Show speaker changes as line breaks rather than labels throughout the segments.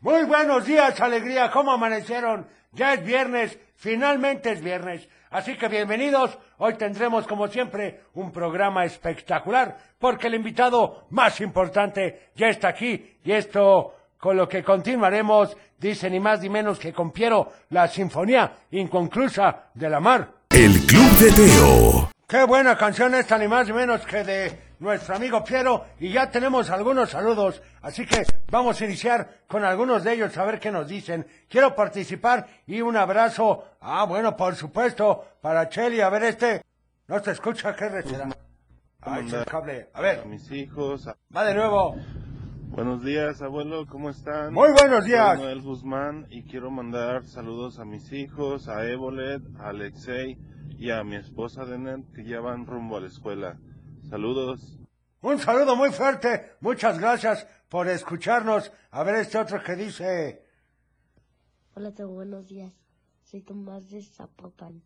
Muy buenos días, alegría. ¿Cómo amanecieron? Ya es viernes, finalmente es viernes. Así que bienvenidos. Hoy tendremos, como siempre, un programa espectacular porque el invitado más importante ya está aquí y esto con lo que continuaremos, dice ni más ni menos que con Piero, la Sinfonía Inconclusa de la Mar.
El Club de Teo.
Qué buena canción esta, ni más ni menos que de nuestro amigo Piero. Y ya tenemos algunos saludos, así que vamos a iniciar con algunos de ellos a ver qué nos dicen. Quiero participar y un abrazo. Ah, bueno, por supuesto, para Cheli. A ver este. No te escucha, qué rechera. Ay, se cable. A ver,
A mis hijos. a-
va de nuevo.
Buenos días, abuelo, ¿cómo están?
Muy buenos días.
Soy Noel Guzmán y quiero mandar saludos a mis hijos, a Evolet, a Alexei y a mi esposa Denet que ya van rumbo a la escuela. Saludos.
Un saludo muy fuerte. Muchas gracias por escucharnos. A ver este otro que dice.
Hola, Teo, buenos días. Soy Tomás de Zapopan.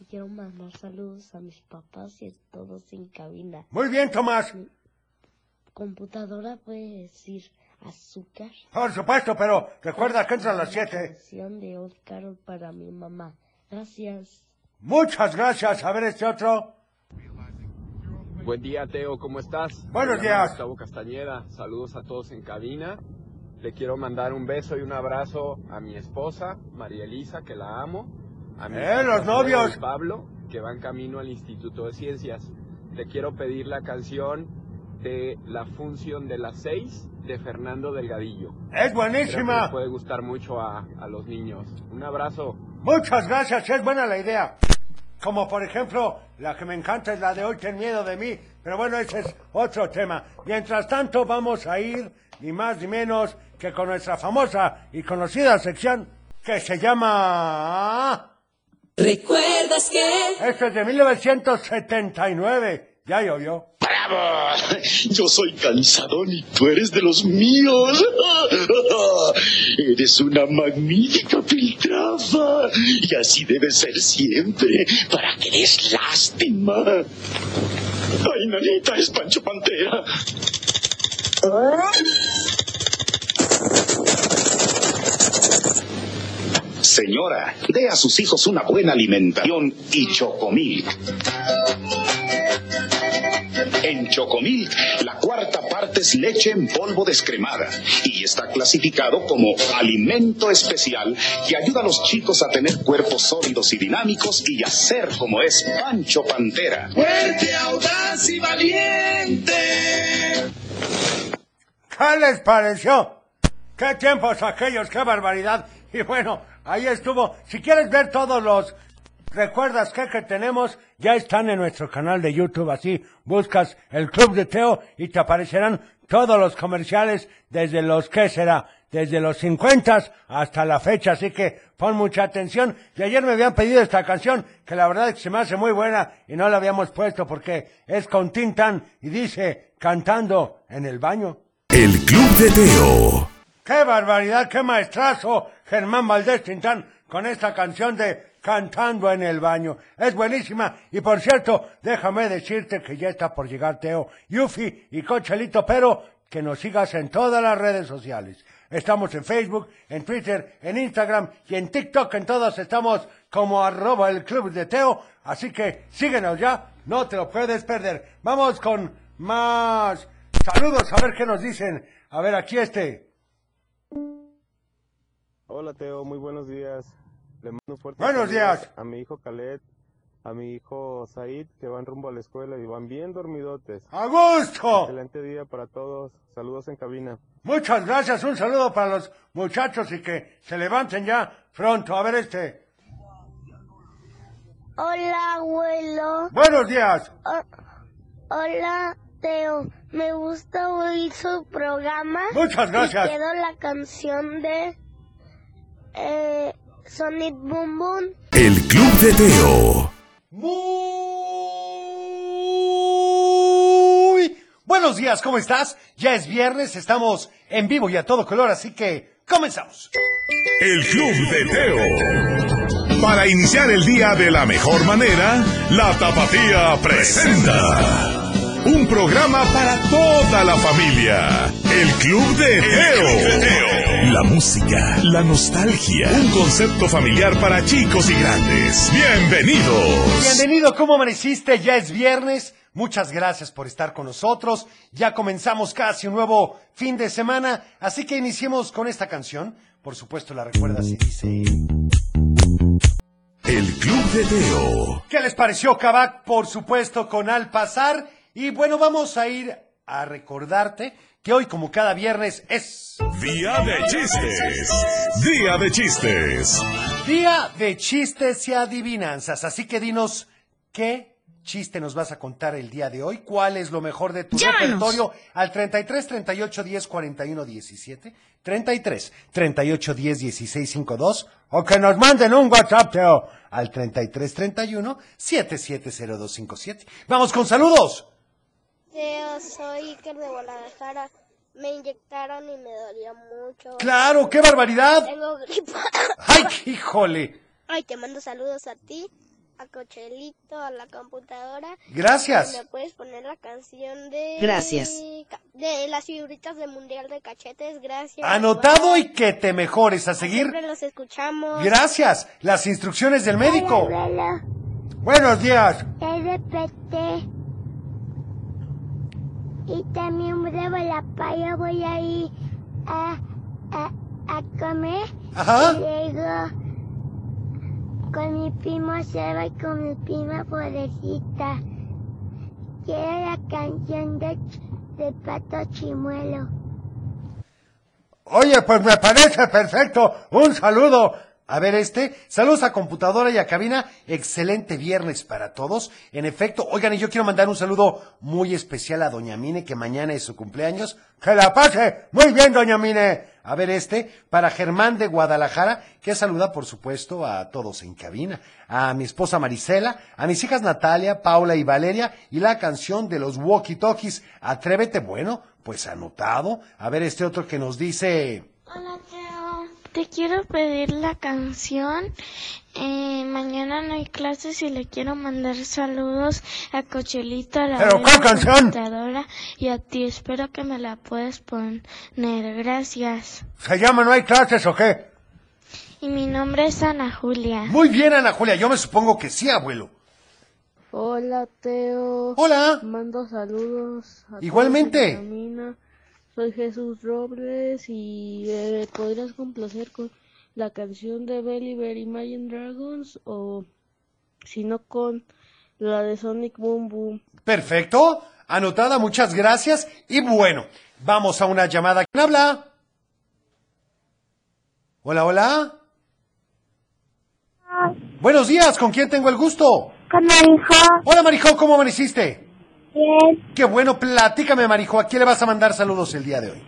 Y quiero mandar saludos a mis papás y a todos en cabina.
Muy bien, Tomás.
Computadora puede decir azúcar.
Por supuesto, pero recuerda que entra a las
Una
7.
canción de Oscar para mi mamá. Gracias.
Muchas gracias. A ver este otro.
Buen día, Teo, ¿cómo estás?
Buenos
Me llamo
días.
Gustavo Castañeda, saludos a todos en cabina. Le quiero mandar un beso y un abrazo a mi esposa, María Elisa, que la amo. A mis
¡Eh, los
hijos,
novios!
Leo y Pablo, que van camino al Instituto de Ciencias. Le quiero pedir la canción de La Función de las Seis de Fernando Delgadillo.
Es
Creo que les
buenísima.
puede gustar mucho a, a los niños. Un abrazo.
Muchas gracias. Es buena la idea. Como por ejemplo, la que me encanta es la de hoy, ten miedo de mí. Pero bueno, ese es otro tema. Mientras tanto, vamos a ir ni más ni menos que con nuestra famosa y conocida sección que se llama...
¿Recuerdas que?
Esto es de 1979. Ya llovió.
¡Bravo! Yo soy cansadón y tú eres de los míos. Eres una magnífica piltrafa y así debe ser siempre para que des lástima. ¡Ay, nanita, es Pancho Pantera! Señora, dé a sus hijos una buena alimentación y chocomil. En Chocomil, la cuarta parte es leche en polvo descremada y está clasificado como alimento especial que ayuda a los chicos a tener cuerpos sólidos y dinámicos y a ser como es Pancho Pantera.
Fuerte, audaz y valiente.
¿Qué les pareció? ¡Qué tiempos aquellos! ¡Qué barbaridad! Y bueno, ahí estuvo. Si quieres ver todos los recuerdas que, que tenemos, ya están en nuestro canal de YouTube. Así buscas el Club de Teo y te aparecerán todos los comerciales desde los que será. Desde los 50 hasta la fecha, así que pon mucha atención. Y ayer me habían pedido esta canción, que la verdad es que se me hace muy buena y no la habíamos puesto porque es con Tintan y dice, cantando en el baño.
El Club de Teo.
¡Qué barbaridad, qué maestrazo! Germán Valdés Tintán con esta canción de Cantando en el baño. Es buenísima. Y por cierto, déjame decirte que ya está por llegar Teo, Yufi y Cochelito, pero que nos sigas en todas las redes sociales. Estamos en Facebook, en Twitter, en Instagram y en TikTok. En todas estamos como arroba el club de Teo. Así que síguenos ya, no te lo puedes perder. Vamos con más saludos a ver qué nos dicen. A ver, aquí este.
Hola, Teo, muy buenos días. Le mando fuerte
Buenos días.
a mi hijo Khaled, a mi hijo Said, que van rumbo a la escuela y van bien dormidotes.
¡A gusto!
Excelente día para todos. Saludos en cabina.
Muchas gracias, un saludo para los muchachos y que se levanten ya pronto. A ver este.
Hola, abuelo.
Buenos días.
hola, Teo. Me gusta oír su programa.
Muchas gracias.
Y quedó la canción de eh, Sonic Boom Boom.
El Club de Teo.
Muy buenos días, ¿cómo estás? Ya es viernes, estamos en vivo y a todo color, así que comenzamos.
El Club de Teo. Para iniciar el día de la mejor manera, la Tapatía presenta un programa para toda la familia. El Club de Teo. La la música, la nostalgia, un concepto familiar para chicos y grandes. Bienvenidos.
Bienvenido, ¿cómo amaneciste? Ya es viernes. Muchas gracias por estar con nosotros. Ya comenzamos casi un nuevo fin de semana, así que iniciemos con esta canción. Por supuesto, la recuerdas y dice...
El Club de Teo.
¿Qué les pareció Kabak? Por supuesto, con Al Pasar. Y bueno, vamos a ir a recordarte que hoy, como cada viernes, es
Día de chistes. Día de chistes.
Día de chistes y adivinanzas. Así que dinos, ¿qué chiste nos vas a contar el día de hoy? ¿Cuál es lo mejor de tu repertorio? Al 33 38 10 41 17, 33 38 10 16 52, o que nos manden un WhatsApp, Teo, al 33 31 770257. Vamos con saludos.
Yo soy Iker de Guadalajara. Me inyectaron y me dolió mucho.
Claro, qué barbaridad.
Tengo gripa.
¡Ay, híjole!
Ay, te mando saludos a ti, a Cochelito, a la computadora.
Gracias.
¿Me puedes poner la canción de...
Gracias.
De las figuritas del Mundial de Cachetes, gracias.
Anotado y que te mejores a seguir.
Siempre los escuchamos.
Gracias. Las instrucciones del médico. Buenos días.
RPT. Y también de Balapaya voy a ir a, a, a comer.
Ajá.
Y luego con mi primo Seba y con mi prima Florecita. Quiero la canción de, Ch- de Pato Chimuelo.
Oye, pues me parece perfecto. Un saludo. A ver este. Saludos a computadora y a cabina. Excelente viernes para todos. En efecto, oigan, y yo quiero mandar un saludo muy especial a Doña Mine, que mañana es su cumpleaños. ¡Que la pase! Muy bien, Doña Mine. A ver este. Para Germán de Guadalajara, que saluda, por supuesto, a todos en cabina. A mi esposa Marisela, a mis hijas Natalia, Paula y Valeria, y la canción de los Walkie Talkies. Atrévete, bueno, pues anotado. A ver este otro que nos dice...
Hola, Teo. Te quiero pedir la canción. Eh, mañana no hay clases y le quiero mandar saludos a Cochelito, a la
¿Pero
Vero,
cuál
a la
canción?
computadora y a ti. Espero que me la puedas poner. Gracias.
¿Se llama No hay clases o qué?
Y mi nombre es Ana Julia.
Muy bien, Ana Julia, yo me supongo que sí, abuelo.
Hola Teo,
Hola.
mando saludos. a
Igualmente.
todos en cabina. Soy Jesús Robles y eh, podrías complacer con la canción de Believer Imagine Dragons o si no con la de Sonic Boom Boom.
Perfecto, anotada, muchas gracias. Y bueno, vamos a una llamada. ¿Quién habla? Hola, hola. Buenos días, ¿con quién tengo el gusto?
Con hijo,
Hola, Marijo, ¿cómo amaneciste?
bien.
Qué bueno, platícame, Marijo, ¿a quién le vas a mandar saludos el día de hoy?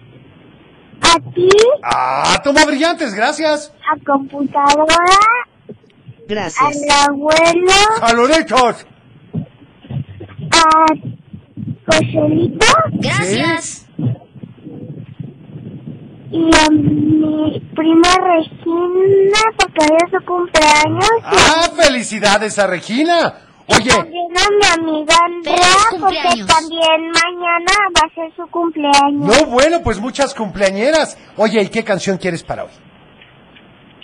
A ti,
Ah, toma brillantes, gracias.
a computadora,
Gracias.
abuelo,
Saluditos.
a Cochelito
Gracias.
y a mi prima Regina porque hoy es su cumpleaños.
Ah, felicidades a Regina. Oye,
También a mi amiga Andrea, porque también mañana va a ser su cumpleaños.
No, bueno, pues muchas cumpleañeras. Oye, ¿y qué canción quieres para hoy?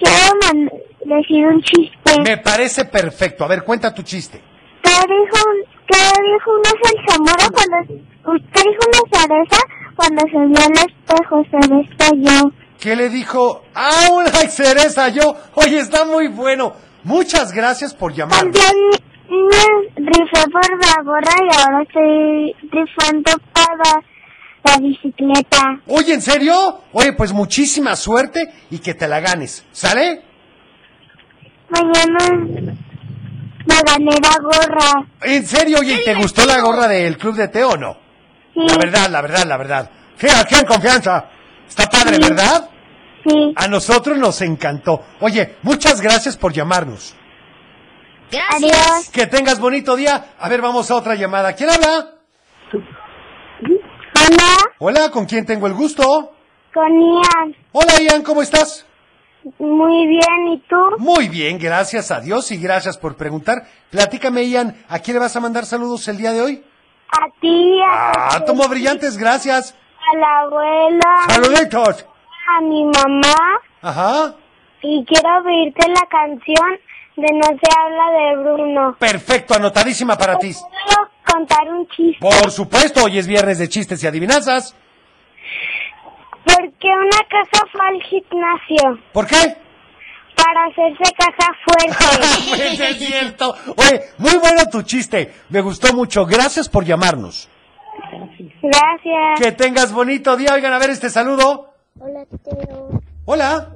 Quiero man- decir un chiste.
Me parece perfecto. A ver, cuenta tu chiste.
¿Qué dijo, un- qué dijo una zarzamora cuando... Usted dijo una cereza cuando se vio en el espejo, se despelló.
¿Qué le dijo? ¡Ah, una cereza yo! Oye, está muy bueno. Muchas gracias por llamarme.
También me rifé por la gorra y ahora estoy rifando para la bicicleta.
Oye, ¿en serio? Oye, pues muchísima suerte y que te la ganes. ¿Sale?
Mañana me gané la gorra.
En serio, oye, ¿y ¿te gustó la gorra del Club de Teo o no?
Sí,
La verdad, la verdad, la verdad. Sí, aquí en confianza. Está padre, ¿verdad?
sí.
A nosotros nos encantó. Oye, muchas gracias por llamarnos.
Adiós.
Que tengas bonito día. A ver, vamos a otra llamada. ¿Quién habla?
Hola,
Hola, ¿con quién tengo el gusto?
con Ian.
Hola, Ian, ¿cómo estás?
Muy bien, ¿y tú?
Muy bien, gracias a Dios y gracias por preguntar. Platícame, Ian, ¿a quién le vas a mandar saludos el día de hoy?
A ti, a,
Ah,
José,
tomo brillantes, gracias.
a la abuela,
Saluditos.
a mi mamá
Ajá.
y quiero pedirte la canción de No se habla de Bruno.
Perfecto, anotadísima para ti.
Quiero contar un chiste.
Por supuesto, hoy es viernes de chistes y adivinanzas.
¿Por qué una casa fue al gimnasio?
¿Por qué?
Para hacerse caja fuerte.
Pues es cierto. Oye, muy bueno tu chiste. Me gustó mucho. Gracias por llamarnos.
Gracias.
Que tengas bonito día. Oigan, a ver este saludo.
Hola, Teo.
Hola.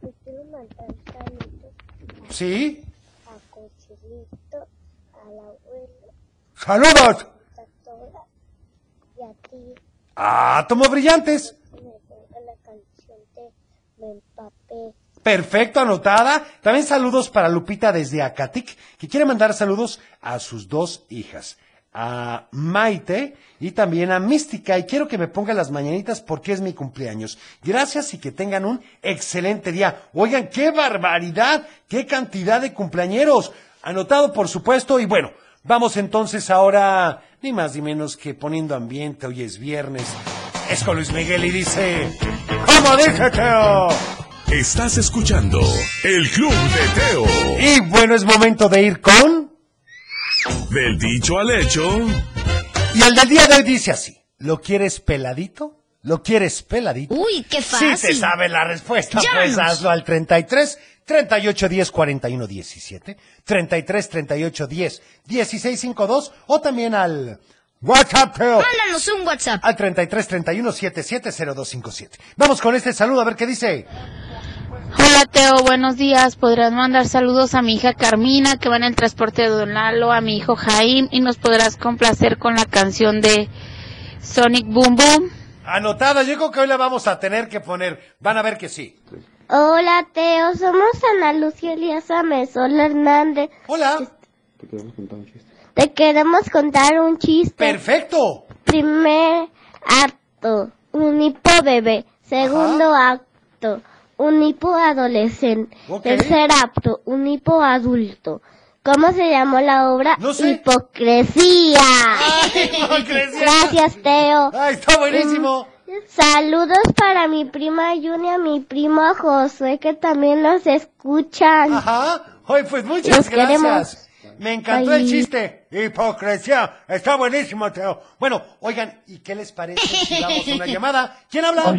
Te quiero mandar saludos
¿Sí?
a Cochelito, al abuelo,
¡Saludos!
a Tora y a ti.
¡Ah, tomo brillantes!
Me ponga la canción de Me empapé.
Perfecto, anotada. También saludos para Lupita desde Acatic, que quiere mandar saludos a sus dos hijas, a Maite y también a Mística. Y quiero que me pongan las mañanitas porque es mi cumpleaños. Gracias y que tengan un excelente día. Oigan, qué barbaridad, qué cantidad de cumpleañeros. Anotado, por supuesto. Y bueno, vamos entonces ahora, ni más ni menos que poniendo ambiente. Hoy es viernes. Es con Luis Miguel y dice, ¿cómo dice Teo?
Estás escuchando El Club de Teo.
Y bueno, es momento de ir con.
Del dicho al hecho,
Y el del día de hoy dice así: ¿Lo quieres peladito? ¿Lo quieres peladito?
Uy, qué
Si
fácil.
te sabe la respuesta,
Llanos.
pues hazlo al 33 38 10 41 17, 33 38 10 16 52 o también al WhatsApp Teo,
Mándanos un WhatsApp.
al 33 31 77 0257. Vamos con este saludo a ver qué dice.
Hola Teo, buenos días. Podrás mandar saludos a mi hija Carmina que va en el transporte de Don Lalo, a mi hijo Jaime y nos podrás complacer con la canción de Sonic Boom Boom.
Anotada, yo creo que hoy la vamos a tener que poner. Van a ver que sí.
Hola, Teo. Somos Ana Lucía Eliasa Mesola Hernández.
Hola.
Te queremos contar un chiste.
Perfecto.
Primer acto, un hipo bebé. Segundo acto, un hipo adolescente.
Ok.
Tercer acto, un hipo adulto. ¿Cómo se llamó la obra?
No sé.
Hipocresía.
Ay, hipocresía.
Gracias, Teo.
Ay, está buenísimo.
Saludos para mi prima Junia, mi primo Josué, que también los escuchan.
Ajá. Oye, pues muchas
Em. Los
gracias.
queremos.
Me encantó el
Bye.
chiste. Hipocresía. Está buenísimo, Teo. Bueno, oigan, ¿y qué les parece si damos una llamada? ¿Quién habla?
Hola,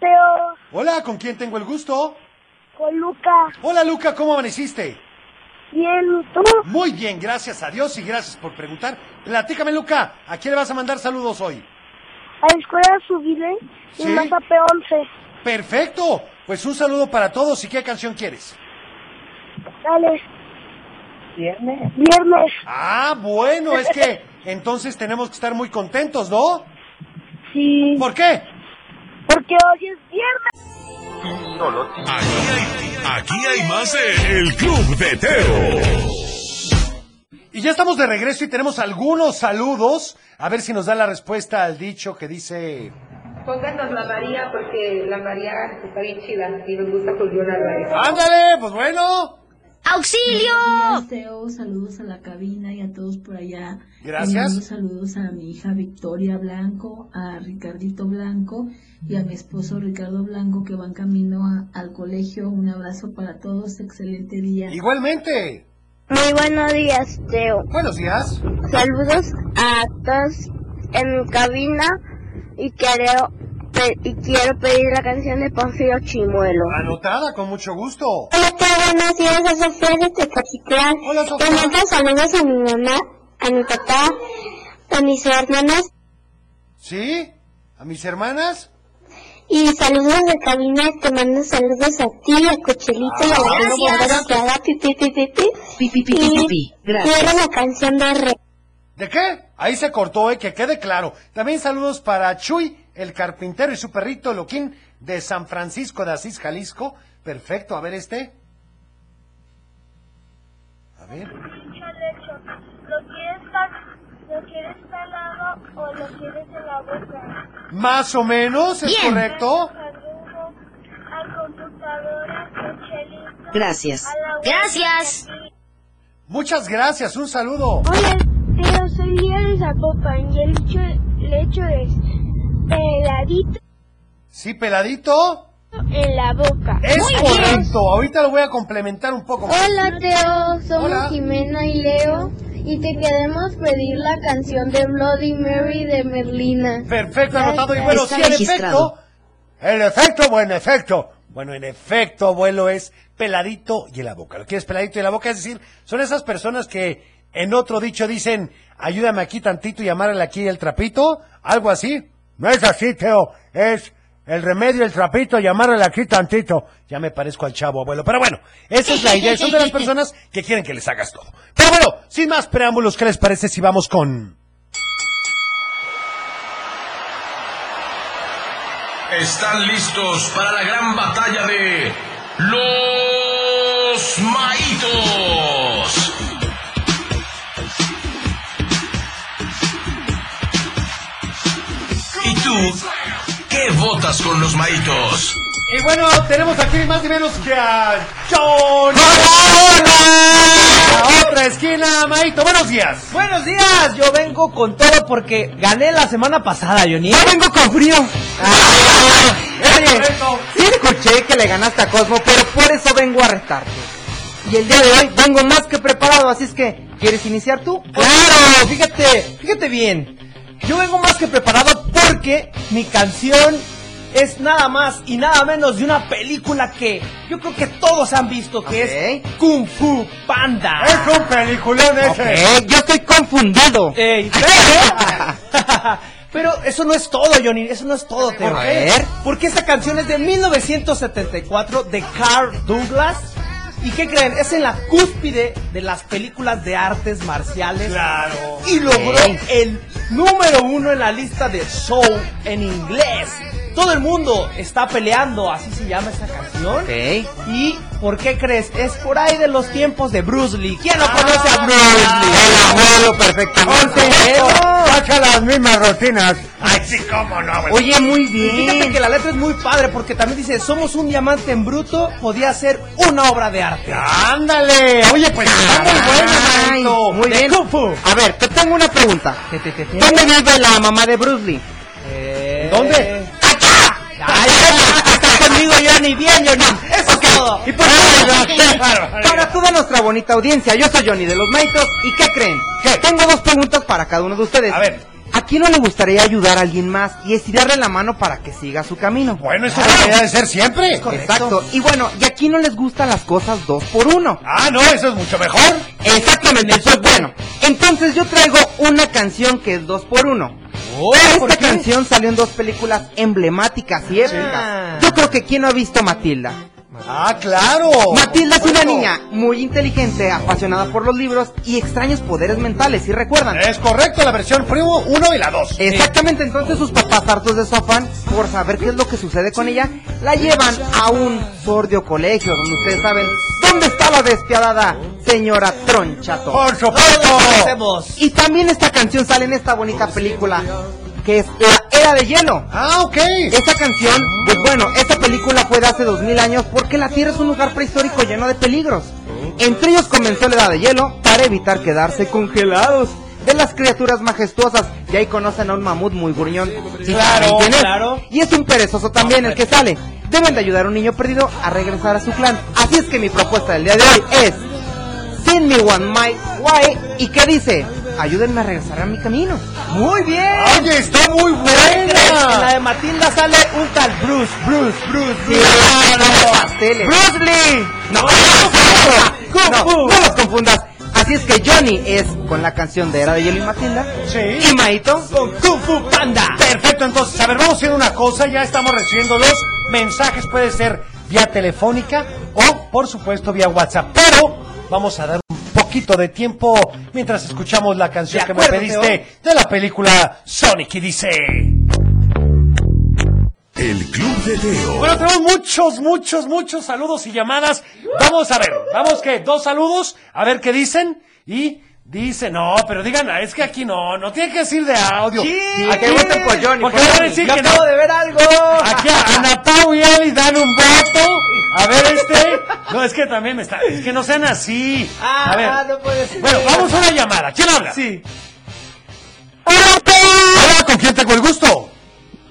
Teo.
Hola, ¿con quién tengo el gusto?
Con Luca.
Hola, Luca, ¿cómo amaneciste?
Bien, ¿tú?
Muy bien, gracias a Dios y gracias por preguntar. Platícame, Luca, ¿a quién le vas a mandar saludos hoy?
A la escuela subiré
y Sí. más a
P11.
Perfecto. Pues un saludo para todos y qué canción quieres.
Dale. Viernes. Viernes.
Ah, bueno, es que entonces tenemos que estar muy contentos, ¿no?
Sí.
¿Por qué?
Porque hoy es viernes.
aquí hay, aquí hay más de El Club de Teo.
Y ya estamos de regreso y tenemos algunos saludos. A ver si nos da la respuesta al dicho que dice.
Pónganos la María porque la María está bien chida y nos gusta Julián Álvarez.
¡Ándale! Pues bueno.
¡Auxilio!
Teo, saludos a la cabina y a todos por allá.
Gracias.
Les mando saludos a mi hija Victoria Blanco, a Ricardito Blanco y a mi esposo Ricardo Blanco que van camino a- al colegio. Un abrazo para todos, excelente día.
Igualmente.
Muy buenos días, Teo.
Buenos días.
Saludos a todos en mi cabina y quiero, pe- y quiero pedir la canción de Poncio Chimuelo.
Anotada, con mucho gusto.
Hola, Teo. Buenos días. Soy Sofía de este Tepatitlán.
Hola, Sofía. Te mando
saludos a mi mamá, a mi papá, a mis hermanas
¿Sí? ¿A mis hermanas?
Y saludos de cabina, te mando saludos a ti, a Cochelito y a la
Gracias.
canción que haga pi, pi, pi, pi, pi.
Pi, pi, pi, pi, pi, pi. Gracias.
Quiero la canción de Re.
¿De qué? Ahí se cortó, eh, que quede claro. También saludos para Chuy, el carpintero y su perrito Loquín de San Francisco de Asís, Jalisco. Perfecto, a ver este. A ver.
¿Lo quieres, ¿Lo quieres salado o lo quieres en la boca?
Más o menos, ¿es
Bien.
correcto?
Saludos al computador, a Cochelito.
Gracias.
Gracias.
Muchas gracias, un saludo.
Hola, Teo, soy Liana Zapopan y el hecho, el hecho es peladito.
¿Sí, peladito?
En la boca.
Es correcto. Ahorita lo voy a complementar un poco. más.
Hola Teo, somos Jimena y Leo y te queremos pedir la canción de Bloody Mary de Merlina.
Perfecto, anotado y bueno, sí, en efecto. En efecto, buen efecto. Bueno, en efecto, abuelo, es peladito y en la boca. Lo quieres peladito y en la boca, es decir, son esas personas que en otro dicho dicen, ayúdame aquí tantito y amárale aquí el trapito, algo así. No es así, Teo, es el remedio, el trapito y amárale aquí tantito. Ya me parezco al chavo, abuelo. Pero bueno, esa es la idea. y Son de las personas que quieren que les hagas todo. Pero bueno, sin más preámbulos, ¿qué les parece si vamos con...
están listos para la gran batalla de los maitos. ¿Y tú qué votas con los maitos?
Y bueno, tenemos aquí más y menos que a John. La otra esquina, Maito. Buenos días.
Buenos días, yo vengo con todo porque gané la semana pasada, Johnny. Yo vengo con frío.
Ah,
Oye, sí escuché que le ganaste a Cosmo, pero por eso vengo a restarte. Y el día de hoy vengo más que preparado, así es que, ¿quieres iniciar tú? Pues, Claro, fíjate, fíjate bien. Yo vengo más que preparado porque mi canción es nada más y nada menos de una película que yo creo que todos han visto, que es Kung Fu Panda.
Es un peliculón ese.
Ok, Eh, yo estoy confundido. Pero eso no es todo, Johnny, eso no es todo, Teo.
A ver.
Porque esta canción es de 1974 de Carl Douglas. ¿Y qué creen? Es en la cúspide de las películas de artes marciales.
Claro.
Y logró
Ey.
el número uno en la lista de show en inglés. Todo el mundo está peleando, así se llama esta canción. ¿Y por qué crees? Es por ahí de los tiempos de Bruce Lee. ¿Quién no conoce
Ah,
a Bruce Lee? El abuelo perfectamente.
Saca las mismas rutinas.
Ay, sí, cómo no, Oye, muy bien. Fíjate que la letra es muy padre porque también dice, somos un diamante en bruto, podía ser una obra de arte.
¡Ándale! Oye, pues está muy bueno, Maito.
Muy bien. A ver, te tengo una pregunta. ¿Dónde vive la mamá de Bruce Lee?
¿Dónde?
Eh, ¡Ay, estás conmigo, Johnny! ¡Bien, Johnny! ¡Eso es todo!
Y por favor, para toda nuestra bonita audiencia, yo soy Johnny de los Maitos. ¿Y qué creen? Tengo dos preguntas para cada uno de ustedes. A ver. ¿A quién no le gustaría ayudar a alguien más y estirarle la mano para que siga su camino? Ah,
Bueno, eso debería de ser siempre. Es correcto.
Exacto. Y bueno, ¿y a quién no les gustan las cosas dos por uno?
Ah, no, eso es mucho mejor.
Exactamente, pues bueno. Entonces yo traigo una canción que es dos por uno.
Oh,
Pero
¿por
esta
qué?
canción salió en dos películas emblemáticas y
Ah.
épicas. Yo creo que quién no ha visto Matilda.
Ah, claro.
Oh,
Matilda es una niña muy inteligente, apasionada por los libros y extraños poderes mentales, si
Eh,
recuerdan.
Es correcto, la versión primo 1 y la 2.
Exactamente, entonces sus papás hartos de su afán por saber qué es lo que sucede con ella, la llevan a un sordio colegio, donde ustedes saben dónde está la despiadada señora Tronchato.
¡Por
supuesto!
Y también esta canción sale en esta bonita película, que es La Era de Hielo.
Ah, ok.
Esta canción, pues bueno, esta película fue de hace 2000 años porque la Tierra es un lugar prehistórico lleno de peligros. Entre ellos comenzó la Edad de Hielo para evitar quedarse congelados de las criaturas majestuosas. Y ahí conocen a un mamut muy gruñón. Sí,
Claro,
¿saben quién es?
claro.
Y es un perezoso también el que sale. Deben de ayudar a un niño perdido a regresar a su clan. Así es que mi propuesta del día de hoy es... Send me one my way. ¿Y qué dice? Ayúdenme a regresar a mi camino.
Muy bien.
Oye, está muy
¿Qué crees? En la
buena.
de Matilda sale un tal Bruce, Bruce, Bruce,
Sí,
Bruce.
pasteles.
Bruce Lee.
No, no, no, no los confundas. Así es que Johnny es con la canción de Era de Hielo y Matilda.
Sí.
Y Maito
Con Kung Fu Panda.
Perfecto, entonces, a ver, vamos a hacer una cosa, ya estamos recibiendo los mensajes, puede ser vía telefónica o, por supuesto, vía WhatsApp, pero vamos a dar un poquito de tiempo mientras escuchamos la canción
De
que
acuerdo,
me pediste de la película Sonic y dice...
El Club de Teo.
Bueno, tenemos muchos, muchos, muchos saludos y llamadas. Vamos a ver, vamos que dos saludos, a ver qué dicen y... Dice, no, pero digan, "Ah, es que aquí no, no tiene que decir de audio.
Sí.
A que
Aquí-
voten por Johnny,
Porque
por
van a
Johnny.
decir
Yo
que no.
acabo de ver algo.
Aquí a Ana Pau y Ali dan un voto. A ver este. No, es que también me está. Es que no sean así.
Ah,
A ver.
no puede ser.
Bueno, vamos a una llamada. ¿Quién habla?
Sí.
Hola, ¿con quién tengo el gusto?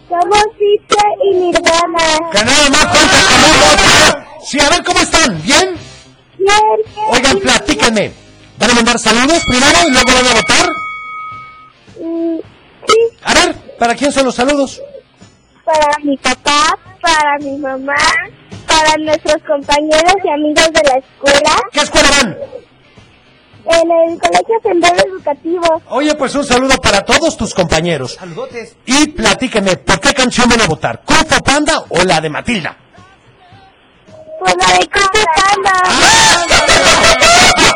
Somos Peter y Nirvana.
Que nada más cuenta con un voto. Sí, a ver cómo están, ¿bien?
Bien,
Oigan, platíquenme. ¿Van a mandar saludos primero y luego van a votar? A ver, ¿para quién son los saludos?
para mi papá, para mi mamá, para nuestros compañeros y amigos de la escuela.
¿Qué escuela van?
En el Colegio Sendero Educativo.
Oye, pues un saludo para todos tus compañeros.
Saludotes.
Y platíquenme, ¿por qué canción van a votar? ¿Kung Fu Panda o la de Matilda?
Por la de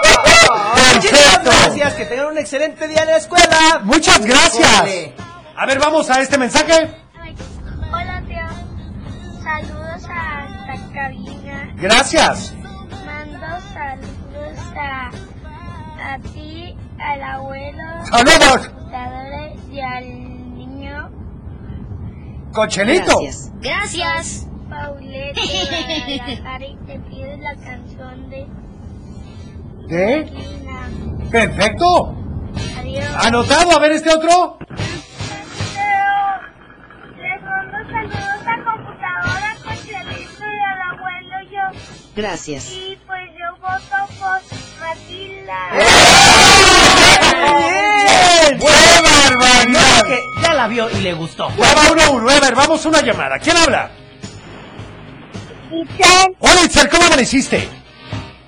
Muchas
Perfecto.
gracias, que tengan un excelente día en la escuela.
Muchas gracias.
Órale.
A ver, vamos a este mensaje.
Hola, tío. Saludos a la cabina.
Gracias.
Mando saludos a, a ti, al abuelo.
Saludos.
computadores Y al niño.
Cochelito.
Gracias.
Paulette Guadalajara, y te pido la canción de
¿Qué?
Lina.
Perfecto.
Adiós.
Anotado, a ver este otro.
Les mando saludos a computadora, Cochelito y al abuelo yo.
Gracias.
Y pues yo voto por Matilda.
¡Bien! ¡Qué barbaridad!
Que ya la vio y le gustó.
Nueva uno, uno. A ver, vamos una llamada. ¿Quién habla?
Michelle,
Hola, Itzel, ¿cómo amaneciste?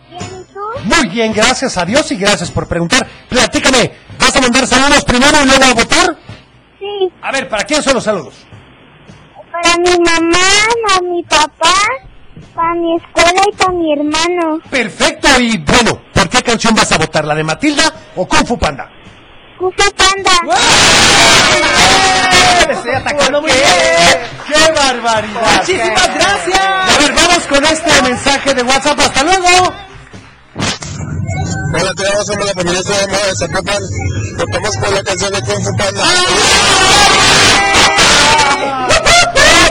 ¿quién tú?
Muy bien, gracias a Dios y gracias por preguntar. Platícame, ¿vas a mandar saludos primero y luego a votar?
Sí,
A ver, ¿para quién son los saludos?
para mi mamá, para mi papá, para mi escuela y para mi hermano.
Perfecto, y bueno, ¿por qué canción vas a votar? ¿La de Matilda o Kung Fu Panda?
Cufu Panda.
Se está atacando muy bien.
¡Qué barbaridad!
Muchísimas
A
gracias.
ver, vamos con este mensaje de WhatsApp. ¡Hasta luego!
Hola, te damos somos la feminista de moda de Zapopan. Votamos por la canción de Kung Fu Panda.
¡Ah!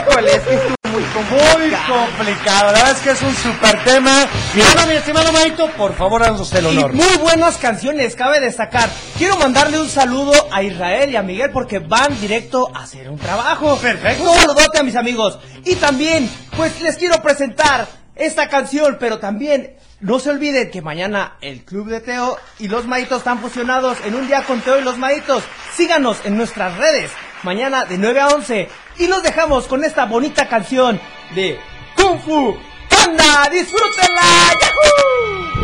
Híjole, es que estuvo muy
Muy
complicado.
complicado, la verdad es que es un super tema. Y ahora, mi estimado Maito, por favor, danos usted el
Y
honor.
muy buenas canciones, cabe destacar. Quiero mandarle un saludo a Israel y a Miguel porque van directo a hacer un trabajo.
Perfecto.
Un saludote a mis amigos. Y también, pues les quiero presentar esta canción, pero también no se olviden que mañana el Club de Teo y los Maitos están fusionados en un día con Teo y los Maitos. Síganos en nuestras redes mañana de 9 a 11 y los dejamos con esta bonita canción de Kung Fu Panda. ¡Disfrútenla! ¡Yahoo!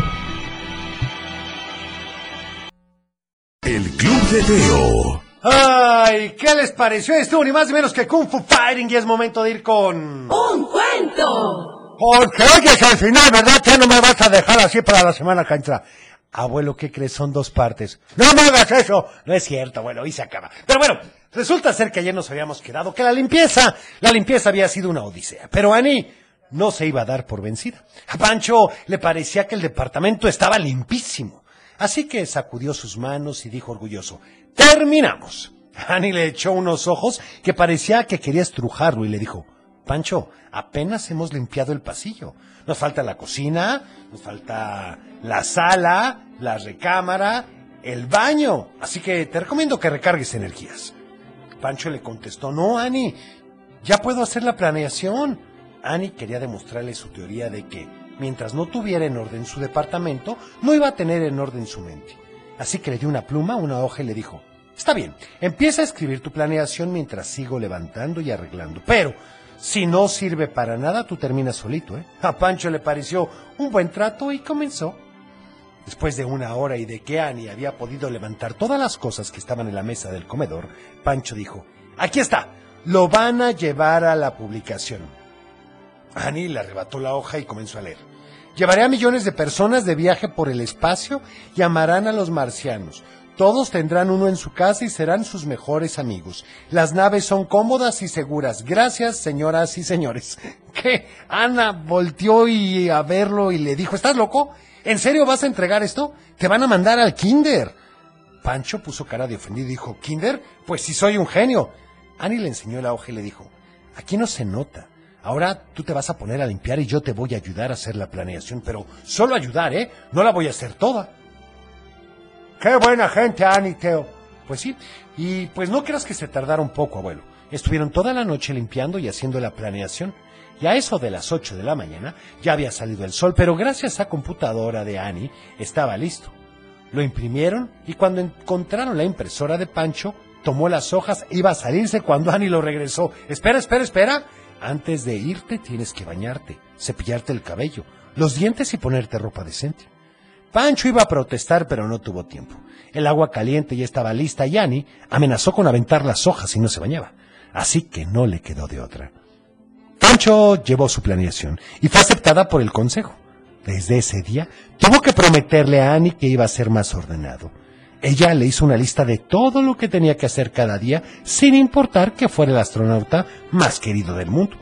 El Club de Teo.
Ay, ¿qué les pareció? Estuvo ni más ni menos que Kung Fu Fighting y es momento de ir con...
Un cuento.
Porque oye, es al final, ¿verdad? Ya no me vas a dejar así para la semana que entra. Abuelo, ¿qué crees? Son dos partes. ¡No me hagas eso! No es cierto, abuelo, y se acaba. Pero bueno, resulta ser que ayer nos habíamos quedado que la limpieza, la limpieza había sido una odisea. Pero Ani no se iba a dar por vencida. A Pancho le parecía que el departamento estaba limpísimo. Así que sacudió sus manos y dijo orgulloso, terminamos. Ani le echó unos ojos que parecía que quería estrujarlo y le dijo, Pancho, apenas hemos limpiado el pasillo. Nos falta la cocina, nos falta la sala, la recámara, el baño. Así que te recomiendo que recargues energías. Pancho le contestó, no, Ani, ya puedo hacer la planeación. Ani quería demostrarle su teoría de que, mientras no tuviera en orden su departamento, no iba a tener en orden su mente. Así que le dio una pluma, una hoja y le dijo, está bien, empieza a escribir tu planeación mientras sigo levantando y arreglando, pero si no sirve para nada, tú terminas solito, ¿eh? A Pancho le pareció un buen trato y comenzó. Después de una hora y de que Annie había podido levantar todas las cosas que estaban en la mesa del comedor, Pancho dijo, aquí está, lo van a llevar a la publicación. Annie le arrebató la hoja y comenzó a leer. Llevaré a millones de personas de viaje por el espacio y amarán a los marcianos. Todos tendrán uno en su casa y serán sus mejores amigos. Las naves son cómodas y seguras. Gracias, señoras y señores. ¿Qué? Ana volteó y a verlo y le dijo, ¿estás loco? ¿En serio vas a entregar esto? Te van a mandar al kinder. Pancho puso cara de ofendido y dijo, ¿Kinder? Pues sí soy un genio. Annie le enseñó la hoja y le dijo, aquí no se nota. Ahora tú te vas a poner a limpiar y yo te voy a ayudar a hacer la planeación, pero solo ayudar, ¿eh? No la voy a hacer toda. ¡Qué buena gente, Annie, Teo! Pues sí, y pues no creas que se tardaron poco, abuelo. Estuvieron toda la noche limpiando y haciendo la planeación. Y a eso de las 8 de la mañana ya había salido el sol, pero gracias a computadora de Annie estaba listo. Lo imprimieron y cuando encontraron la impresora de Pancho, tomó las hojas, iba a salirse cuando Annie lo regresó. Espera, espera, espera. Antes de irte tienes que bañarte, cepillarte el cabello, los dientes y ponerte ropa decente. Pancho iba a protestar, pero no tuvo tiempo. El agua caliente ya estaba lista y Annie amenazó con aventar las hojas si no se bañaba. Así que no le quedó de otra. Pancho llevó su planeación y fue aceptada por el consejo. Desde ese día tuvo que prometerle a Annie que iba a ser más ordenado. Ella le hizo una lista de todo lo que tenía que hacer cada día, sin importar que fuera el astronauta más querido del mundo.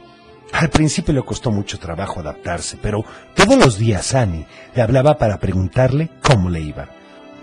Al principio le costó mucho trabajo adaptarse, pero todos los días Annie le hablaba para preguntarle cómo le iba.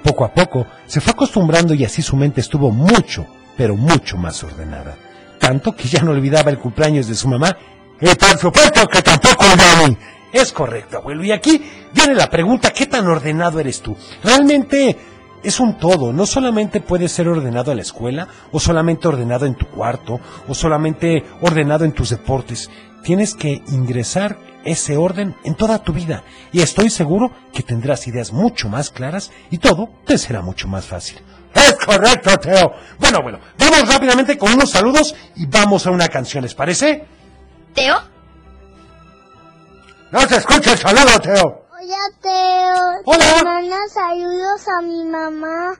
Poco a poco se fue acostumbrando y así su mente estuvo mucho, pero mucho más ordenada. Tanto que ya no olvidaba el cumpleaños de su mamá y por supuesto que tampoco Dani. Es correcto, abuelo. Y aquí viene la pregunta, ¿qué tan ordenado eres tú? Realmente es un todo, no solamente puedes ser ordenado en la escuela, o solamente ordenado en tu cuarto, o solamente ordenado en tus deportes. Tienes que ingresar ese orden en toda tu vida y estoy seguro que tendrás ideas mucho más claras y todo te será mucho más fácil. Es correcto, Teo. Bueno, bueno, vamos rápidamente con unos saludos y vamos a una canción, ¿les parece?
¿Teo?
No se escucha el saludo, Teo.
Hola, Teo.
Hola.
Te mando saludos a mi mamá,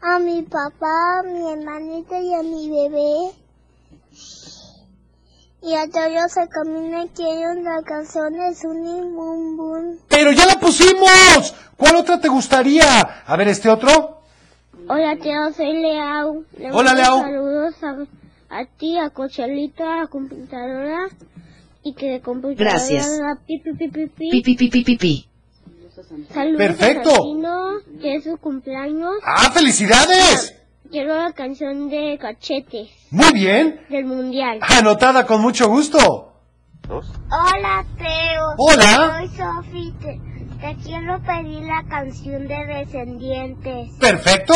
a mi papá, a mi hermanita y a mi bebé. Y a todos se camina quieren la canción de Sunny Boom Boom.
Pero ya la pusimos. ¿Cuál otra te gustaría? A ver, este otro.
Hola, Teo, soy Leao. Le
Hola,
mando
Leao.
Saludos a, a ti, a Cochelita, a computadora. Y que de computadora.
Gracias.
haga pi, pi, pi, pi, pi.
Pi, pi, pi, pi, pi, pi.
Saludos
Perfecto.
a Santino, que es su cumpleaños.
¡Ah, felicidades!
Quiero la canción de Cachetes
Muy bien.
del Mundial.
Anotada con mucho gusto.
Hola, Teo.
Hola.
Soy Sofi. Te, te quiero pedir la canción de Descendientes.
Perfecto.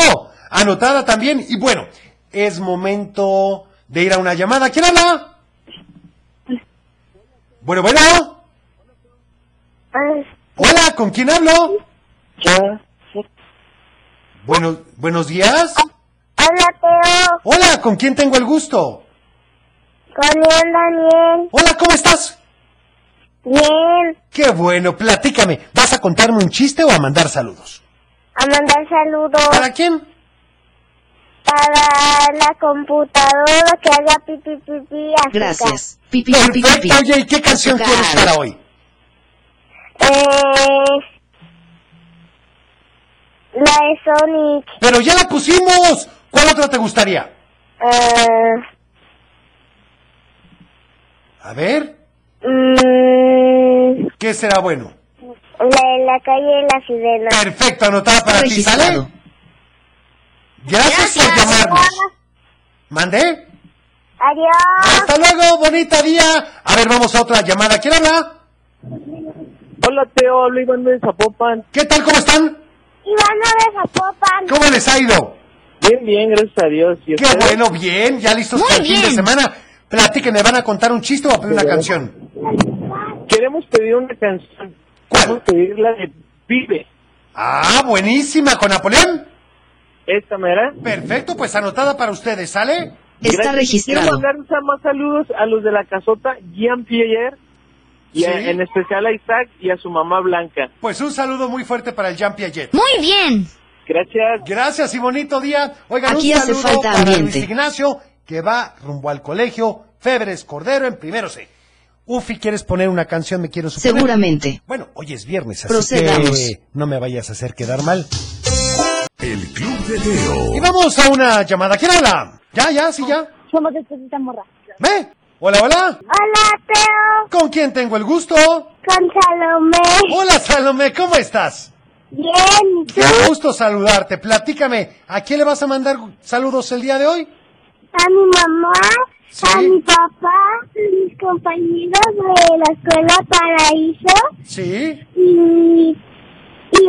Anotada también. Y bueno, es momento de ir a una llamada. ¿Quién habla? Bueno, bueno. Hola, ¿con quién hablo? Bueno, buenos días.
Hola, Teo.
Hola, ¿con quién tengo el gusto?
Con Daniel.
Hola, ¿cómo estás?
Bien.
Qué bueno, platícame. ¿Vas a contarme un chiste o a mandar saludos?
A mandar saludos
¿Para quién?
para la computadora que haga pipi pipi.
Gracias. Pi, pi, pi, pi, pi.
Perfecto, oye, ¿y qué canción
Azúcar.
quieres para hoy?
Eh, la de Sonic.
Pero ya la pusimos. ¿Cuál otra te gustaría?
Eh,
A ver,
mm,
¿qué será bueno?
la de la calle de la sirena.
Perfecto, anotada para ti, ¿sale? Gracias, por llamarnos. ¿Mandé?
Ah.
Adiós.
Hasta luego, bonita día. A ver, vamos a otra llamada. ¿Quién habla?
Hola Teo, habla Iván de Zapopan.
¿Qué tal? ¿Cómo están?
Ivana de Zapopan.
¿Cómo les ha ido?
Bien, bien, gracias a Dios. ¿Y
Qué
ustedes?
bueno, bien. Ya listos
Muy
para el fin de
bien.
semana. Platiquen, ¿me van a contar un chiste o a pedir una
Sí.
canción?
Queremos pedir una canción. Queremos pedir la de Vive.
Ah, buenísima, con Napoleón.
¿Esta mera?
Perfecto, pues anotada para ustedes, ¿sale?
Está
Gracias. Quiero
registrado.
mandarles a más saludos a los de la casota, Jean Pierre, y a-
Sí.
en especial a Isaac y a su mamá Blanca.
Pues un saludo muy fuerte para el Jean Piaget.
Muy bien.
Gracias.
Gracias y bonito día. Oigan,
Aquí
un
hace
saludo
falta
para
ambiente.
Luis Ignacio, que va rumbo al colegio Febres Cordero en primero C. Ufi, ¿quieres poner una canción? Me quiero suponer.
Seguramente.
Bueno, hoy es viernes, así
Procedamos.
que no me vayas a hacer quedar mal.
El Club de Teo.
Y vamos a una llamada. ¿Quién habla? Ya, ya, sí, ya.
Somos de Cosita Morra.
¿Ve? Hola, hola.
Hola, Teo.
¿Con quién tengo el gusto?
Con Salomé.
Hola, Salomé, ¿cómo estás?
Bien, ¿y
Qué
tú?
gusto saludarte. Platícame, ¿a quién le vas a mandar saludos el día de hoy?
A mi mamá,
Sí.
a mi papá, a mis compañeros de la escuela Paraíso
Sí.
y, y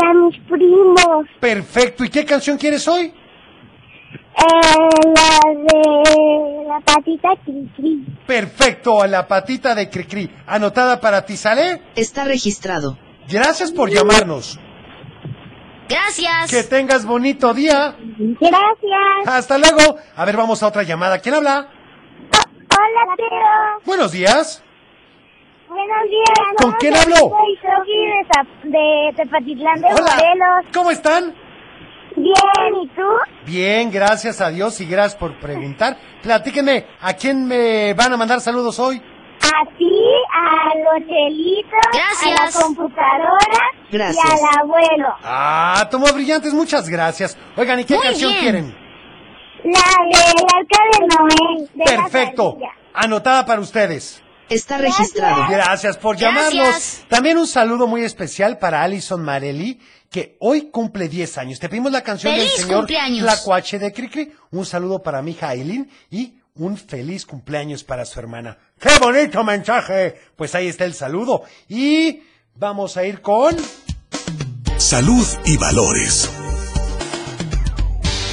a mis primos.
Perfecto. ¿Y qué canción quieres hoy?
Eh, la de la patita cri
Perfecto, la patita de Cricri. Anotada para ti, ¿sale?
Está registrado.
Gracias por llamarnos.
Gracias.
Que tengas bonito día.
Gracias.
Hasta luego. A ver, vamos a otra llamada. ¿Quién habla?
Hola, Teo.
Buenos días.
Buenos días.
¿Con
¿Cómo
quién
estás?
hablo?
Soy Sofi de, Zap- de Tepatitlán de
Hola.
Morelos.
¿Cómo están?
Bien, ¿y tú?
Bien, gracias a Dios y gracias por preguntar. Platíquenme, ¿a quién me van a mandar saludos hoy?
A ti, a los chelitos, a la
Gracias.
computadora
Gracias.
y al abuelo.
Ah, Tomo Brillantes, muchas gracias. Oigan, ¿y qué
Muy
canción
bien.
quieren?
La del arca de Noé. de la
Perfecto.
Salilla.
Anotada para ustedes.
Está registrado.
Gracias por llamarnos.
Gracias.
También un saludo muy especial para Alison Marelli, que hoy cumple 10 años. Te pedimos la canción
¡Feliz
del señor
cumpleaños!
Tlacuache de Cricri. Un saludo para mi hija Aileen y un feliz cumpleaños para su hermana. ¡Qué bonito mensaje! Pues ahí está el saludo. Y vamos a ir con...
Salud y valores.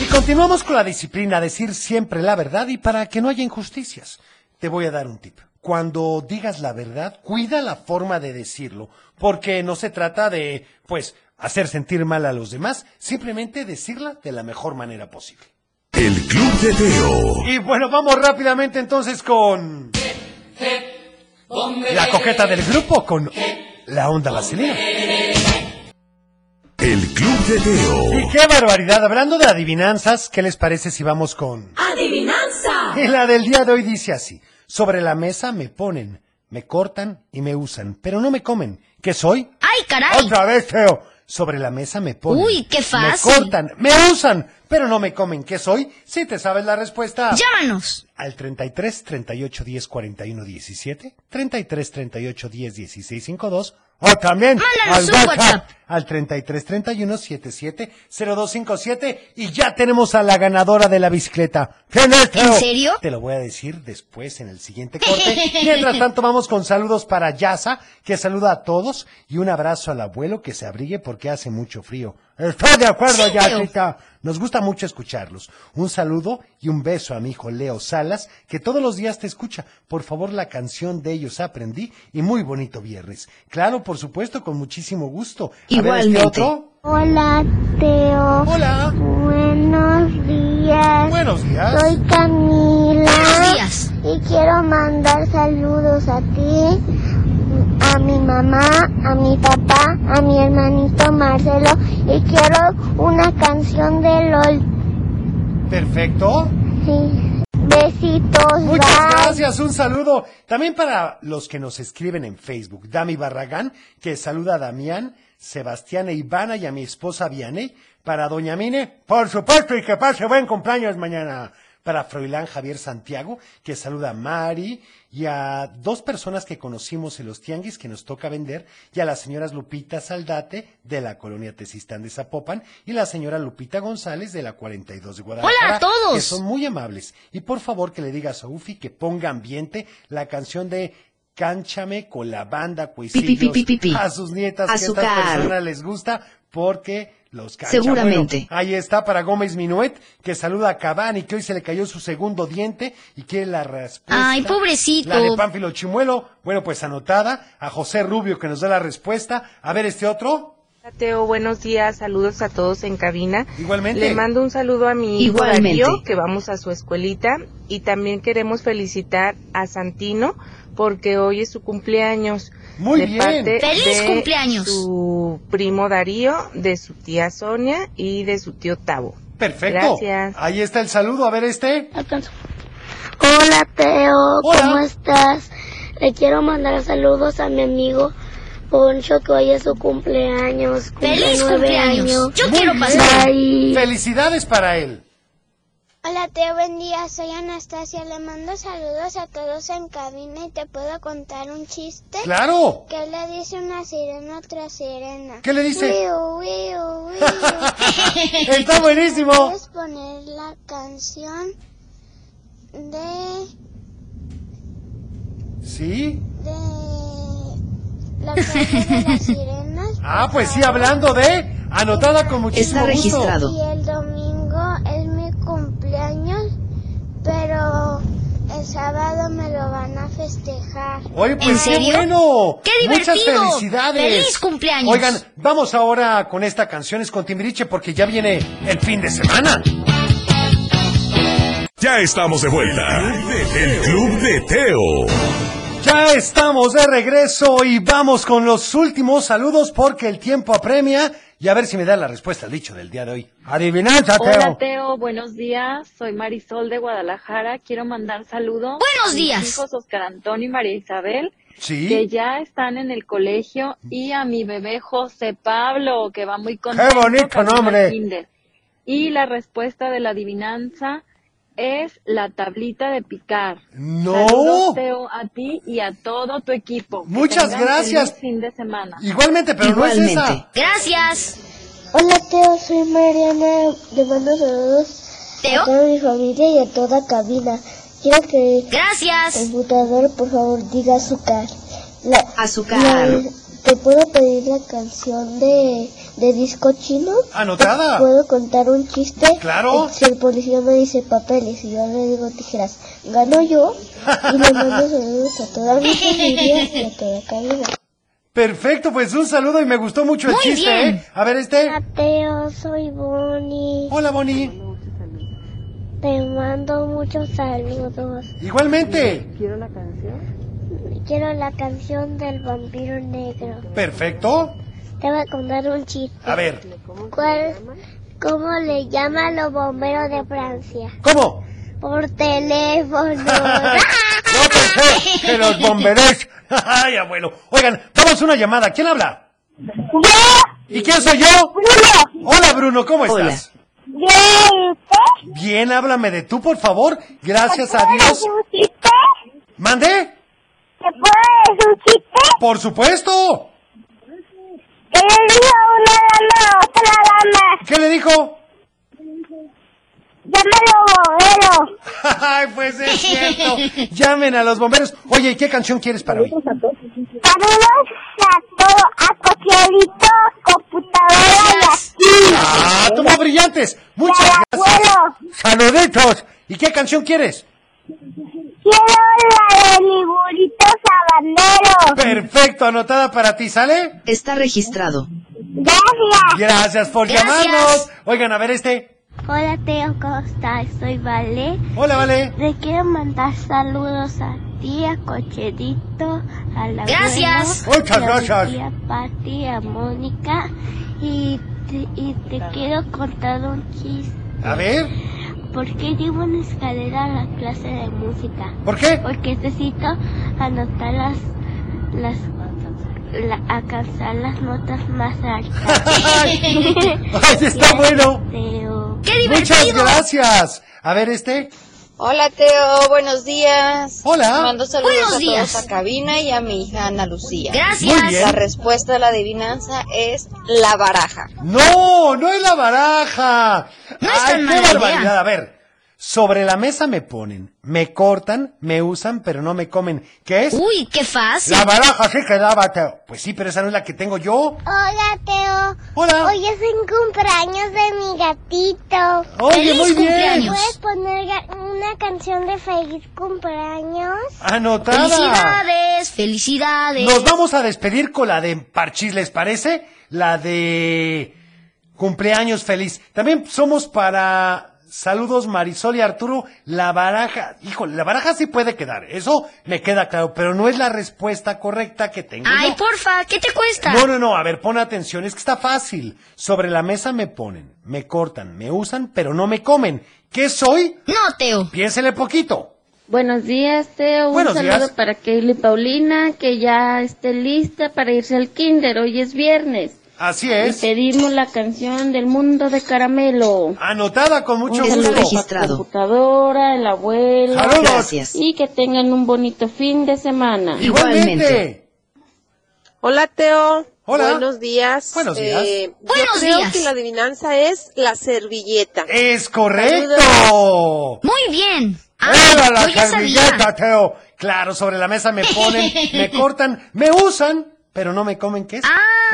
Y continuamos con la disciplina, decir siempre la verdad y para que no haya injusticias. Te voy a dar un tip. Cuando digas la verdad, cuida la forma de decirlo, porque no se trata de, pues, hacer sentir mal a los demás, simplemente decirla de la mejor manera posible.
El Club de Teo.
Y bueno, vamos rápidamente entonces con la coqueta del grupo, con la onda vaselina.
El Club de
Y
Teo.
qué barbaridad, hablando de adivinanzas, ¿qué les parece si vamos con...
Adivinanza.
Y la del día de hoy dice así: Sobre la mesa me ponen, me cortan y me usan, pero no me comen. ¿Qué soy?
¡Ay, caray!
Otra vez feo. Sobre la mesa me ponen.
Uy, qué fácil.
Me cortan, me usan, pero no me comen. ¿Qué soy? Si te sabes la respuesta.
Llámanos.
Al 33 38 10 41 17, 33 38 10 16 52, o también al
Mándanos un
WhatsApp,
WhatsApp.
al 33 31 77 02 57, y ya tenemos a la ganadora de la bicicleta. ¿Quién es, Teo?
¿En serio?
Te lo voy a decir después en el siguiente corte. Mientras tanto, vamos con saludos para Yasa, que saluda a todos, y un abrazo al abuelo que se abrigue porque hace mucho frío. Estoy de acuerdo,
Sí,
Yasita.
Teo.
Ahorita Nos gusta mucho escucharlos. Un saludo y un beso a mi hijo Leo Salas, que todos los días te escucha. Por favor, la canción de ellos aprendí y muy bonito viernes. Claro, por supuesto, con muchísimo gusto. A ver, este
Igualmente.
otro.
Hola, Teo.
Hola.
Buenos días.
Buenos días.
Soy Camila.
Buenos días.
Y quiero mandar saludos a ti, a mi mamá, a mi papá, a mi hermanito Marcelo. Y quiero una canción de LOL.
Perfecto.
Sí. Besitos.
Muchas
bye.
gracias, un saludo. También para los que nos escriben en Facebook, Dami Barragán, que saluda a Damián, Sebastián e Ivana y a mi esposa Vianey. Para Doña Mine, por supuesto, y que pase buen cumpleaños mañana. Para Froilán Javier Santiago, que saluda a Mari y a dos personas que conocimos en los tianguis que nos toca vender, y a las señoras Lupita Saldate de la colonia Tesistán de Zapopan y la señora Lupita González de la 42 de Guadalajara.
Hola a todos.
que son muy amables. Y por favor que le digas a Ufi que ponga ambiente la canción de Cánchame con la banda Cuisillos
Pi, pi, pi, pi, pi.
a sus nietas que a
Azúcar.
estas personas les gusta porque los cancha.
Seguramente.
Bueno, ahí está para Gómez Minuet que saluda a Cavani que hoy se le cayó su segundo diente y quiere la respuesta.
Ay, pobrecito.
La de Pánfilo Chimuelo, bueno pues anotada, a José Rubio que nos da la respuesta. A ver este otro.
Hola, Teo, buenos días, saludos a todos en cabina.
Igualmente.
Le mando un saludo a mi hijo
Igualmente.
Darío, que vamos a su escuelita, y también queremos felicitar a Santino porque hoy es su cumpleaños.
Muy
de
bien.
parte
¡Feliz
de
cumpleaños!
Su primo Darío, de su tía Sonia y de su tío Tavo.
Perfecto.
Gracias.
Ahí está el saludo, a ver este.
Hola Teo,
Hola.
¿cómo estás? Le quiero mandar saludos a mi amigo Poncho que hoy es su cumpleaños. cumple
¡Feliz
nueve
cumpleaños!
años.
Yo quiero pasar.
Bye.
Felicidades para él.
Hola Teo, buen día, soy Anastasia, le mando saludos a todos en cabina y te puedo contar un chiste.
Claro.
¿Qué le dice una sirena a otra sirena?
¿Qué le dice?
Wiu, wiu, wiu.
Está buenísimo.
¿Puedes poner la canción de...
Sí.
de la canción de las sirenas.
Ah, pues sí, hablando de anotada con muchísimo
Está
gusto.
registrado.
Y el domingo es mi cumpleaños. sábado me lo van a festejar.
Oye, pues
¿En
qué
serio?
bueno.
¡Qué divertido!
Muchas felicidades.
¡Feliz cumpleaños!
Oigan, vamos ahora con esta canción es con Timbiriche porque ya viene el fin de semana.
Ya estamos de vuelta. El Club de Teo.
Ya estamos de regreso y vamos con los últimos saludos porque el tiempo apremia y a ver si me da la respuesta al dicho del día de hoy. Adivinanza,
Hola
Teo.
Teo, buenos días. Soy Marisol de Guadalajara. Quiero mandar saludos.
Buenos
a mis
días.
hijos Oscar Antonio y María Isabel.
Sí.
Que ya están en el colegio y a mi bebé José Pablo que va muy contento.
¡Qué bonito
camino al
nombre!
kinder. Y la respuesta de la adivinanza es la tablita de picar.
¡No!
Saludos, Teo a ti y a todo tu equipo. Que
Muchas
tengan
gracias.
feliz fin de semana.
Igualmente, pero no es esa.
Gracias. Hola Teo, soy Mariana, le mando saludos a toda mi familia y a toda cabina. Quiero que Gracias. el computador por favor diga azúcar. La,
Azúcar.
la- ¿Te puedo pedir la canción de, de disco chino?
Anotada.
¿Puedo contar un chiste?
Claro.
Si el policía me dice papeles y yo le digo tijeras, gano yo y le mando saludos a toda mi familia y a toda cabina.
Perfecto, pues un saludo y me gustó mucho el
Muy
chiste,
bien.
¿eh? A ver, este.
Mateo, soy Bonnie.
Hola, Bonnie.
Te mando muchos saludos.
Igualmente.
Quiero la canción.
Quiero la canción del vampiro negro.
Perfecto.
Te voy a contar un chiste.
A ver.
¿Cuál, ¿Cómo le llaman los bomberos de Francia?
¿Cómo?
Por teléfono.
No pensé que los bomberos. Ay, abuelo. Oigan, vamos a una llamada. ¿Quién habla? ¿Y quién soy yo? Hola, Bruno, ¿cómo estás? Bien, háblame de tú, por favor. Gracias a Dios. ¿Mandé?
¿Te puedo decir un chiste?
Por supuesto.
¿Qué le dijo una dama a otra dama?
¿Qué le dijo?
Llámalo bombero.
Ay, pues es cierto. Llamen a los bomberos. Oye, ¿y qué canción quieres para hoy?
Saludos a todo, a Coquelito, computadora y así.
Ah, toma brillantes. Muchas gracias. Saluditos. ¿Y qué canción quieres?
Quiero la de mi burrito sabanero.
Perfecto, anotada para ti, ¿sale?
Está registrado.
Gracias.
Gracias por
Gracias.
llamarnos. Oigan, a ver este.
Hola Teo, ¿cómo estás? Soy Vale.
Hola, Vale.
Le quiero mandar saludos a ti, a Cocherito, a la
Gracias. Muchas gracias.
A Pati, a Mónica. Y te, y te quiero contar un chiste.
A ver.
¿Por qué llevo una escalera a la clase de música?
¿Por qué?
Porque necesito anotar las... las la- alcanzar las notas más altas.
Ay, está bueno.
¡Qué
Muchas gracias. A ver este.
Hola Teo, buenos días.
Hola.
Ah,
Te Mando saludos
Buenos
a todos
días.
a cabina y a mi hija Ana Lucía.
Gracias. Muy bien.
La respuesta de la adivinanza es la baraja.
No, no es la baraja.
No es
Ay,
tan
qué
mala idea.
barbaridad. A ver. Sobre la mesa me ponen, me cortan, me usan, pero no me comen. ¿Qué es?
Uy, qué fácil.
La baraja sí quedaba. Teo. Pues sí, pero esa no es la que tengo yo.
Hola, Teo.
Hola.
Hoy es el cumpleaños de mi gatito.
Oye, Feliz muy bien. cumpleaños.
¿Puedes poner ga- una canción de feliz cumpleaños?
Anotada.
felicidades.
Nos vamos a despedir con la de Parchis, ¿les parece? La de cumpleaños feliz. También somos para saludos Marisol y Arturo. La baraja, híjole, la baraja sí puede quedar, eso me queda claro, pero no es la respuesta correcta que tengo.
Ay,
yo.
porfa, ¿qué te cuesta?
No, no, no, a ver, pon atención, es que está fácil. Sobre la mesa me ponen, me cortan, me usan, pero no me comen. ¿Qué soy?
No, Teo.
Piénsele poquito.
Buenos días, Teo. Un
Buenos
saludo
días.
para Kaylee Paulina, que ya esté lista para irse al kinder. Hoy es viernes.
Así es.
Y pedimos la canción del mundo de caramelo.
Anotada con mucho
Un
gusto.
saludo para la computadora, el abuelo.
Saludos. Gracias.
Y que tengan un bonito fin de semana.
Igualmente.
Hola Teo.
Hola.
Buenos días.
Buenos días.
Eh, yo
Buenos
creo
días.
que la adivinanza es la servilleta.
Es correcto.
Muy bien. Ah,
Era la
yo ya sabía.
servilleta, Teo. Claro, sobre la mesa me ponen, me cortan, me usan, pero no me comen, Pues, ¿qué es?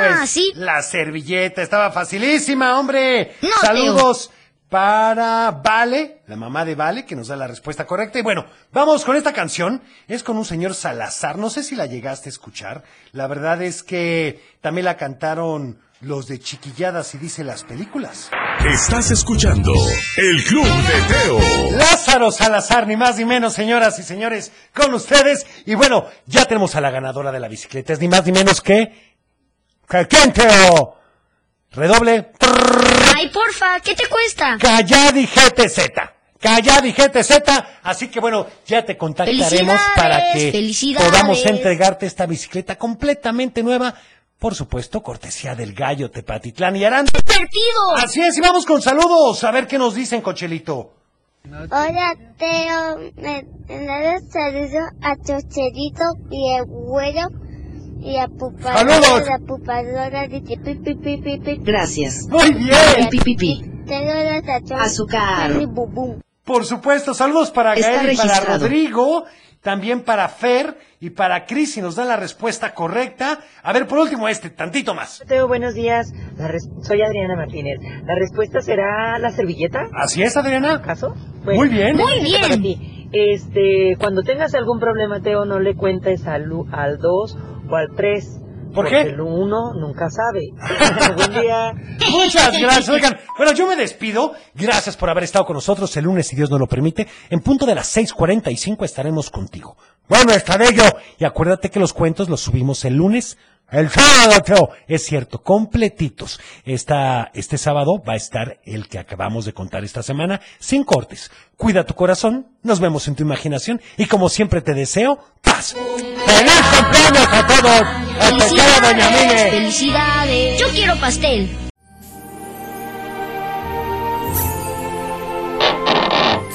Ah,
sí. La servilleta estaba facilísima, hombre.
No,
Saludos para Vale, la mamá de Vale, que nos da la respuesta correcta. Y bueno, vamos con esta canción. Es con un señor Salazar. No sé si la llegaste a escuchar. La verdad es que también la cantaron los de Chiquilladas y dice las películas.
Estás escuchando El Club de Teo.
Lázaro Salazar, ni más ni menos, señoras y señores, con ustedes. Y bueno, ya tenemos a la ganadora de la bicicleta. Es ni más ni menos que... ¡Quién, Teo? Redoble.
Ay, porfa, ¿qué te cuesta?
Calladi GTZ. Calladi GTZ. Así que bueno, ya te contactaremos
Felicidades,
para que
felicidades.
podamos entregarte esta bicicleta completamente nueva. Por supuesto, cortesía del gallo Tepatitlán y Aranda.
¡Divertido!
Así es, y vamos con saludos. A ver qué nos dicen, Cochelito.
Hola Teo, me me saludo a Chocherito y a Güero y a Pupadora,
¡Saludos!
la Pupadora dice pi pi pi pi pi.
Gracias.
Muy bien.
Pi, pi, pi.
Saludos a Cho-
Azúcar.
Pi, bu, bu.
Por supuesto, saludos para
Está
Gael y para
registrado.
Rodrigo, también para Fer y para Cris, si nos dan la respuesta correcta. A ver, por último, este, tantito más.
Teo, buenos días. La res- Soy Adriana Martínez. ¿La respuesta será la servilleta?
Así es, Adriana.
¿Acaso?
Muy bien.
Muy bien.
para ti. Este, cuando tengas algún problema, Teo, no le cuentes al 2 o al 3.
¿Por
porque
qué?
El 1 nunca sabe. Buen día.
Muchas gracias, oigan. Bueno, yo me despido. Gracias por haber estado con nosotros el lunes, si Dios nos lo permite. En punto de las 6.45 estaremos contigo. Bueno, estaré yo. Y acuérdate que los cuentos los subimos el lunes. El sábado, Teo. Es cierto, completitos. Esta, este sábado va a estar el que acabamos de contar esta semana, sin cortes. Cuida tu corazón, nos vemos en tu imaginación y como siempre te deseo, paz. ¡Feliz cumpleaños a todos! ¡Especial a Doña Mine!
¡Felicidades! Yo quiero pastel.